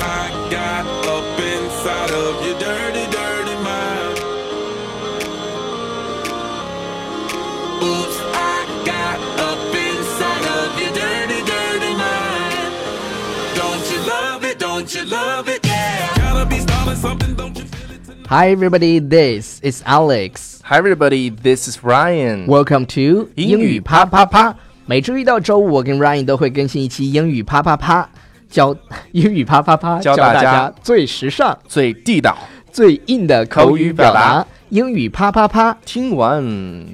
got up inside of your dirty, dirty mind. Oops, I got up inside of your dirty, dirty mind. Don't you love it? Don't you love it? Yeah. Gotta be starting something, don't you feel it tonight? Hi, everybody. This is Alex. Hi everybody, this is Ryan。 Welcome to 英英语语啪啪啪。每周一到周五，我跟 Ryan 都会更新一期英语啪啪啪，教 英语啪啪啪，教大大家最时尚、最地道，最硬的口口语语表表达达。英语啪啪啪，听完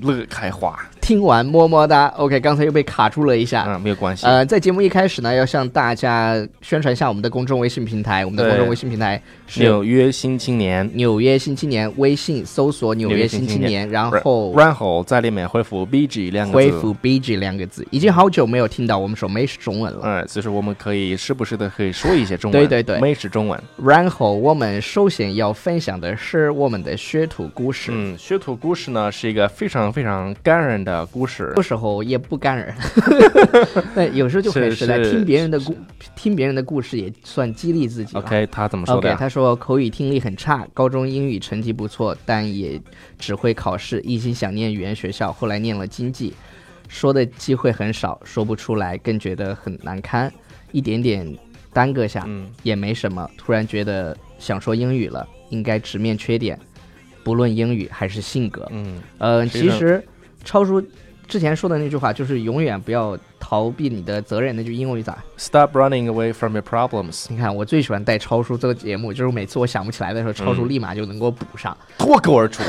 乐开花。听完么么哒。OK，刚才又被卡住了一下。嗯，没有关系。呃，在节目一开始呢，要向大家宣传一下我们的公众微信平台。我们的对公众微信平台是纽约新青年，纽约新青年，微信搜索“纽约新青纽约新青年”，然然后然后在里面回复 BG 两个字。恢复 BG 两个字，已经好久没有听到我们说美式中文了。嗯，所以说我们可以时不时的可以说一些中文，对对对美式中文。然后我们首先要分享的是我们的学徒故事，嗯，学徒故事呢是一个非常非常感人的故事有。时候也不干 人，对，有时候就很是实在，是听别人的故，听别人的故事也算激励自己吧。 OK，他怎么说的 OK，呀他说口语听力很差，高中英语成绩不错，但也只会考试，一心想念语言学校，后来念了经济，说的机会很少，说不出来，更觉得很难堪，一点点耽搁下、嗯也没什么，突然觉得想说英语了，应该直面缺点，不论英语还是性格。嗯，嗯、谁其呢实超叔之前说的那句话就是永远不要逃避你的责任，那句英语咋？ Stop running away from your problems，你看，我最喜欢带超叔做节目，就是每次我想不起来的时候，超叔嗯立马就能给我补上。 脱口而出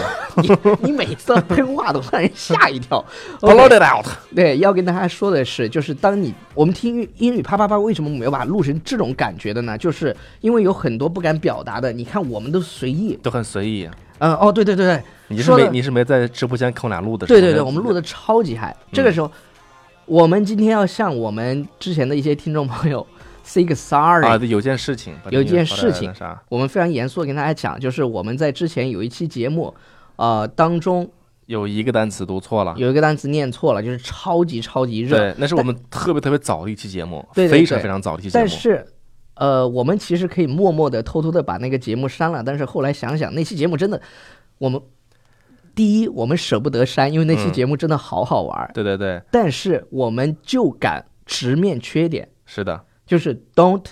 你每次喷话都让人吓一 跳。 ，blow OK， it out。对，要跟大家说的是，就是当你我们听英语英语啪啪啪，为什么没有把它录成这种感觉的呢？就是因为有很多不敢表达的。你看，我们都随意。都很随意。嗯，哦，对对对对，你是说没的你是没在直播间看我俩录的？对是吗对对，我们录的超级嗨。嗯这个时候，我们今天要向我们之前的一些听众朋友 say 个 sorry 啊，对有件事情，把有这个件放事在情那啥，我们非常严肃的跟大家讲，就是我们在之前有一期节目，呃，当中有一个单词读错了。有一个单词念错了，就是超级超级热。对，那是我们特别特别早的一期节目，对对非常对非常早的一期节目。但是，呃，我们其实可以默默的、偷偷的把那个节目删了。但是后来想想，那期节目真的，我们第一我们舍不得删，因为那期嗯节目真的好好玩儿。对对对，但是我们就敢直面缺点，是的。就是 don't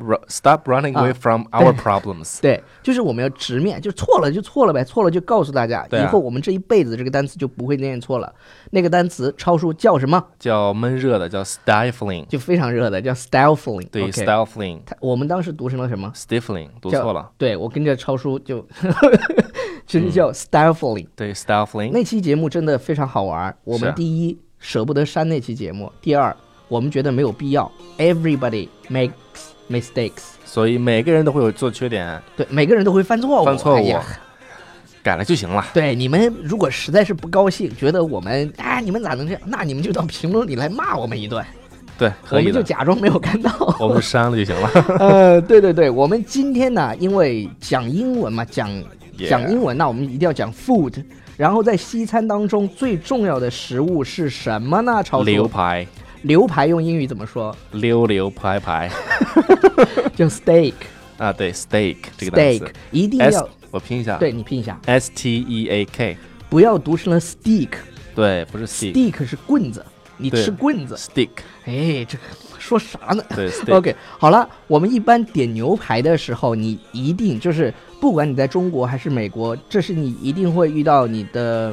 Ru- Stop running 啊 away from our problems。 对，就是我们要直面，就错了就错了呗，错了就告诉大家，对啊以后我们这一辈子这个单词就不会念错了。那个单词超叔叫什么？叫闷热的，叫 stifling。就非常热的，叫 stifling。对 OK ，stifling，它我们当时读成了什么？ stifling 读叫错了。。对，我跟着超叔 就，真的嗯叫 stifling。对，stifling。那期节目真的非常好玩儿。我是们啊第一舍不得删那期节目，第二我们觉得没有必要。Everybody makes mistakes，所以每个人都会有做缺点，对，每个人都会犯错误。犯错哎误呀，改了就行了。对，你们如果实在是不高兴，觉得我们啊，你们咋能这样？那你们就到评论里来骂我们一顿，对，我可以们就的。假装没有看到。我们就删了就行了。 呃，对对 对，我们今天呢，因为讲英文嘛，讲 Yeah 讲英文，那我们一定要讲 food。然后在西餐当中最重要的食物是什么呢？超叔牛排，牛排用英语怎么说？溜溜排排叫 steak 啊，对，steak 这个单 steak，词。一定 S，要我拼一下。对你拼一下， S T E A K，不要读成了 steak。对，不是 stick steak 是棍子，你对吃棍子。 stick，哎，这个说啥呢？对 stick。 OK，好了，我们一般点牛排的时候，你一定就是不管你在中国还是美国，这是你一定会遇到你的，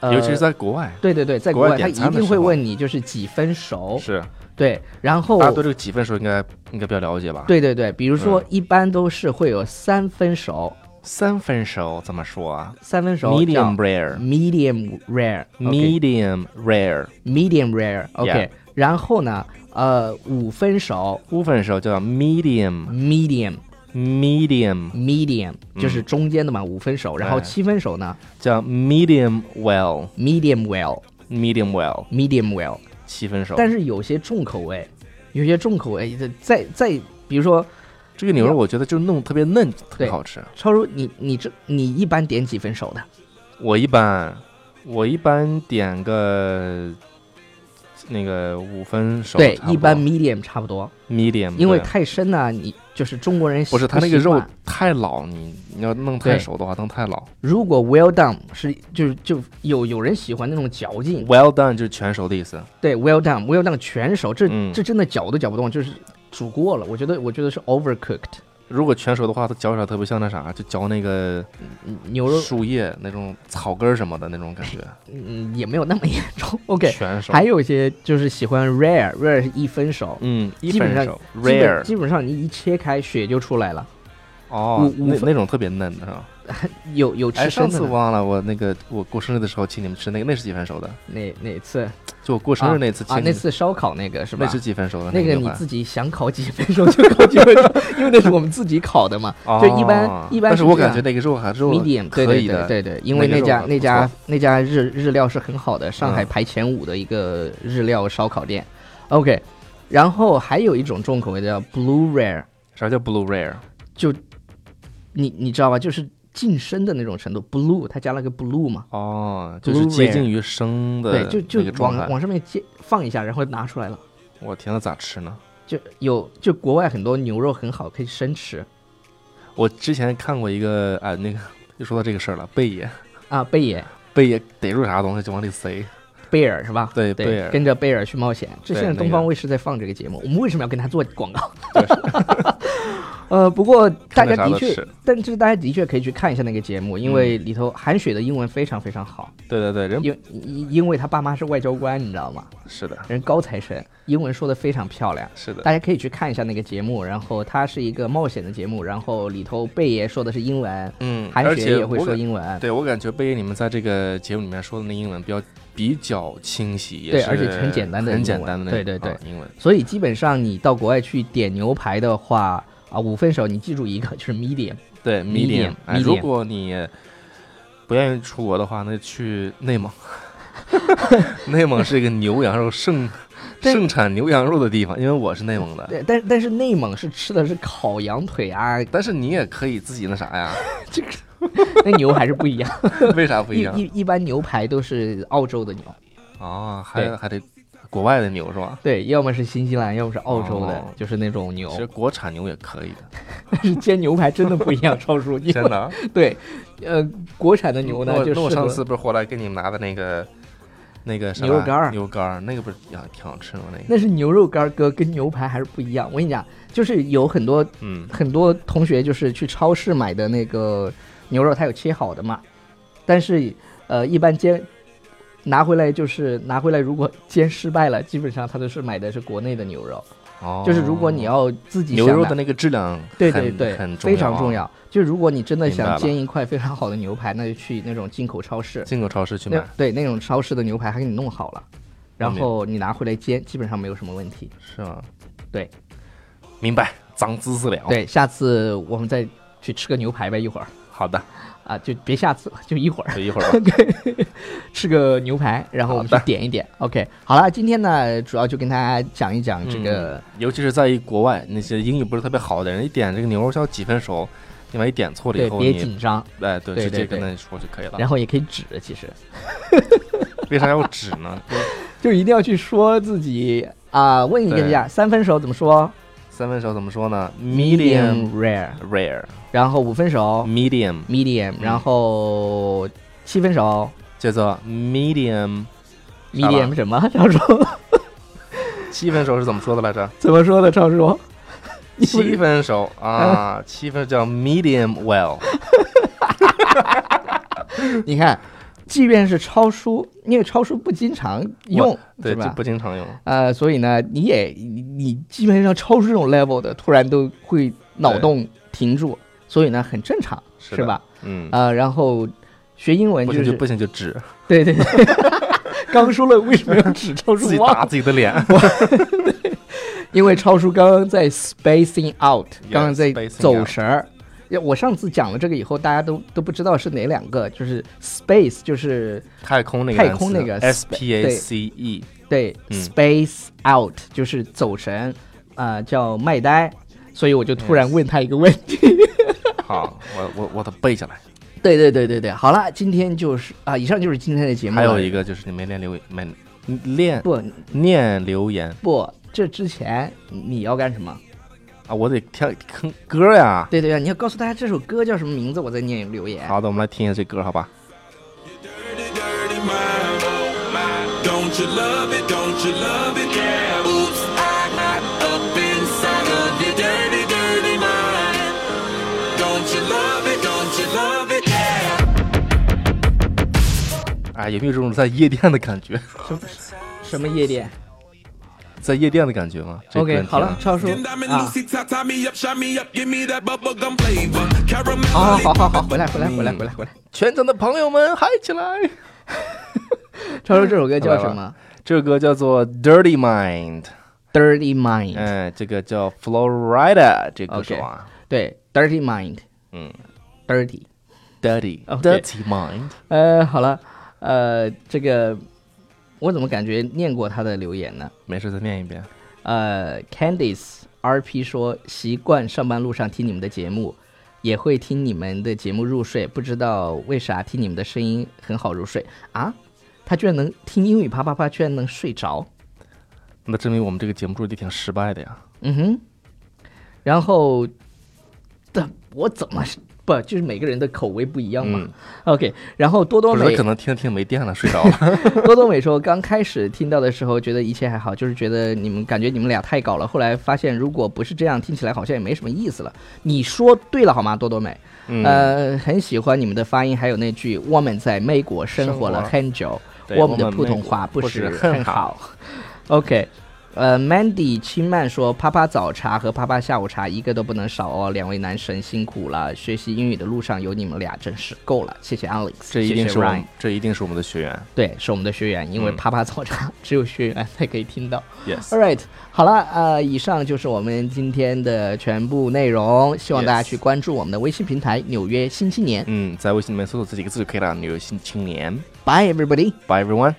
呃，尤其是在国外，对对对，在国国外外他点餐一的定时会候问你就是几分熟，是对，然后大家对这个几分熟应该应该比较了解吧？，哦对对对，比如说嗯一般都是会有三分熟，三分熟怎么说啊三分熟叫？Medium rare。 medium rare OK， Medium rare， medium rare OK，、 Yeah 然后呢，呃，五分熟五分熟叫 medium medium。 medium， medium 就是中间的嘛，五分熟，然后哎七分熟呢叫 medium well ，medium well medium well， medium well，七分熟。但是是有些重口味，有些重口味的，再再比如说这个牛肉我觉得就弄得特别嫩，特对别好吃。超叔，你你这你一般点几分熟的？我一般我一般点个那个五分熟差不对多，，一般 medium 差不多， medium，因为嗯对太深呢，你就是中国人不是它那个习惯肉太老，你你要弄太对熟的话，弄太老。如果 well done 是就是就有有人喜欢那种嚼劲， Well done 就是全熟的意思。对 well done well done 全熟，这、嗯这真的嚼都嚼不动，就是煮过了。我觉得我觉得是 overcooked 如果全熟的话，它嚼起来特别像那啥，就嚼那个牛肉，树叶那种草根儿什么的那种感觉。嗯，也没有那么严重。OK， 全熟。还有一些就是喜欢 rare rare 是一分熟。嗯，一基本分上熟基本，rare 基本上你一切开血就出来了，哦，五五那分那种特别嫩的是吧？有有哎，吃上生的次呢、忘了我那个我过生日的时候请你们吃那个，那是几分熟的？哪哪次就我过生日那次请啊？你那们次烧烤那个是吧？那是几分熟的？那个牛你排自己想烤几分熟就烤几分熟， 因为那是我们自己烤 的嘛。哦就一般一般但是是我这感样觉那个肉还肉 medium 对可对以对的，对对，因为那个那肉家还那不家错那家日日料是很好的，上海嗯排前五的一个日料烧烤店。OK，然后还有一种重口味的叫 blue rare，啥叫 blue rare？你你知道吧？就是晋升的那种程度，blue 它加了个 blue 嘛，哦，就是接 Blu-ray 近于生的对，就那个就往状态。往上面接放一下，然后拿出来了。我天呐，咋吃呢？就有就国外很多牛肉很好，可以生吃我之前看过一个啊、那个又说到这个事儿了，贝爷，啊。贝爷贝爷逮住啥东西就往里塞。贝尔是吧？对贝对，尔跟着贝尔去冒险。这对现在那东方个卫视在放这个节目，我们为什么要跟他做广 告对？呃，不过大家看着啥的都确吃，嗯但是大家的确可以去看一下那个节目，因为里头韩雪的英文非常非常好，对对对，人因因因为他爸妈是外交官，你知道吗？是的，人高材生，英文说的非常漂亮。是的，大家可以去看一下那个节目，然后它是一个冒险的节目，然后里头贝爷说的是英文，嗯，而韩雪且也会我说感英文，对我感觉贝爷你们在这个节目里面说的那英文比较比较清晰，也对是而且很简单的很英简文单的那对种对啊英文。所以基本上你到国外去点牛排的话，啊，五分熟你记住一个就是 medium，对 medium，哎，如 medium 果你不愿意出国的话，那去 内蒙。内蒙是一个牛羊肉盛 对盛产牛羊肉的地方，因为我是内蒙的。对，但但是内蒙是吃的是烤羊腿啊， 但是你也可以自己那啥呀？那牛还是 不一样，为啥不一一样？一一般牛排都是澳洲的牛，哦，对还还得国外的牛是吧？对，要么是新西兰，要么是澳洲的，哦就是那种牛其， 实国产牛也可以的，但是煎牛排真的不一 样，超叔，因真为的啊。对，呃，国产的牛那我呢就那我适合上次不是回来给你们拿的那个那个啥啊牛肉干儿牛肝儿那个不是呀挺好吃的吗？那个那是牛肉干儿哥跟牛排还是不一样，我跟你讲，就是有很多嗯很多同学就是去超市买的那个牛肉，它有切好的嘛，但是呃，一般煎拿回来就是拿回来，如果煎失败了，基本上他都是买的是国内的牛肉。哦，就是如果你要自己牛想肉买的那个质量对很对对，很重非常啊重要。就如果你真的明白想了煎一块非常好的牛排，那就去那种进口超市，进口超市去那买，对那种超市的牛排还给你弄好了，然明白后你拿回来煎，基本上没有什么问题。是吗？对，明白，长知识了。，对，下次我们再去吃个牛排呗，一会儿好的，啊，就别下次了， 就一会儿。就一会儿吧。 吃个牛排，然后我们去好的嗯点一点。OK，好了，今天呢主要就跟大家讲一讲这个，尤其是在于国外那些英语不是特别好的人，一点这个牛肉要几分熟，你万一点错了以对，后，别你紧张，哎对，对直接对对跟他说就可以了。然后也可以指，其实为啥要指呢？就就一定要去说自己啊、问一个对人家三分熟怎么说三分熟怎么说呢 rare， rare，medium 然后五分熟嗯 medium，然后七分熟叫做 medium。啥了 medium 什么？ 超叔七分熟是怎么说的来着？怎么说的？超叔，你不是七分熟啊，七分叫 medium well。你看，即便是超叔，因为超叔不经常用，对，是这吧？不经常用。呃，所以呢，你也你你基本上超出这种 level 的，突然都会脑洞停住，所以呢，很正常，是是的吧？嗯，呃，然后学英文不就行是就不行就指，对对对， 刚说了为什么要指超自叔己忘打了，自己的脸。因为超叔刚刚在 spacing out， Yeah，刚刚在 spacing 走 out 神儿。呀我上次讲了这个以后，大家都都不知道是哪两个，就是 space，就是太空那个太单空词那个 S spa- P A C E，对、嗯 space out 就是走神，啊，叫麦呆，所以我就突然问他一个问题。 好，我我我得背下来。对对对对对，好了，今天就是啊，以上就是今天的节目了。还有一个就是你没练留没练不念留言，不，这之前你要干什么？啊，我得挑坑歌呀。对对啊，你要告诉大家这首歌叫什么名字，我再念留言。好的，我们来听一下这歌，好吧？ Dirty, dirty mind. Don't you love it? Don't you love it? Yeah. Oops, I got up inside of your dirty, dirty mind. Don't you love it? Don't you love it? Yeah. 哎，有没有这种在夜店的感觉？什么夜店在夜店的感觉吗这歌？OK，你听好了啊，超叔 Skin diamond, 啊， Lucy, tie, tie me up, shine me up, give me that bubble gum flavor. Caramel, 好好好 lollipop, 好好，回来回来回来回来回来。全场的朋友们嗨起来！超叔这首歌叫来吧什么这首歌叫做《Dirty Mind》， ？Dirty Mind，哎，这个叫 Florida 这个歌 OK 手啊对，Dirty Mind，嗯，Dirty。 ，Dirty OK Dirty Mind，呃，好了，呃，这个我怎么感觉念过他的留言呢？没事再念一遍。呃，Candice RP 说习惯上班路上听你们的节目，也会听你们的节目入睡，不知道为啥听你们的声音很好入睡啊？他居然能听英语啪啪啪，居然能睡着，那证明我们这个节目做的挺失败的呀。嗯哼。然后，但我怎么是不就是每个人的口味不一样嘛、嗯 o k 然后多多不美是，可能听着听着没电了，睡着 了。郭冬美说，刚开始听到的时候觉得一切还好，就是觉得你们感觉你们俩太搞了。后来发现，如果不是这样，听起来好像也没什么意思了。你说对了好吗，多多美？嗯呃，很喜欢你们的发音，还有那句“我们在美国生活了生活很久，对们的我们普通话不美国不是很很好 OK，呃，Mandy 轻慢说，啪啪早茶和啪啪下午茶一个都不能少哦，两位男神辛苦了，学习英语的路上有你们俩真是够了，谢谢 Alex，这一定谢是谢我 Ryan 们，这一定是我们的学员。对，是我们的学员，因为嗯啪啪早茶、 只有学员才可以听到。 Yes， All right，好了，呃，以上就是我们今天的全部内容，希望大家 Yes 去关注我们的微信平台《纽约新青年》。嗯嗯，在微信里面搜索这几个字就可以了。旅游新青年 Bye everybody。 ，Bye everyone。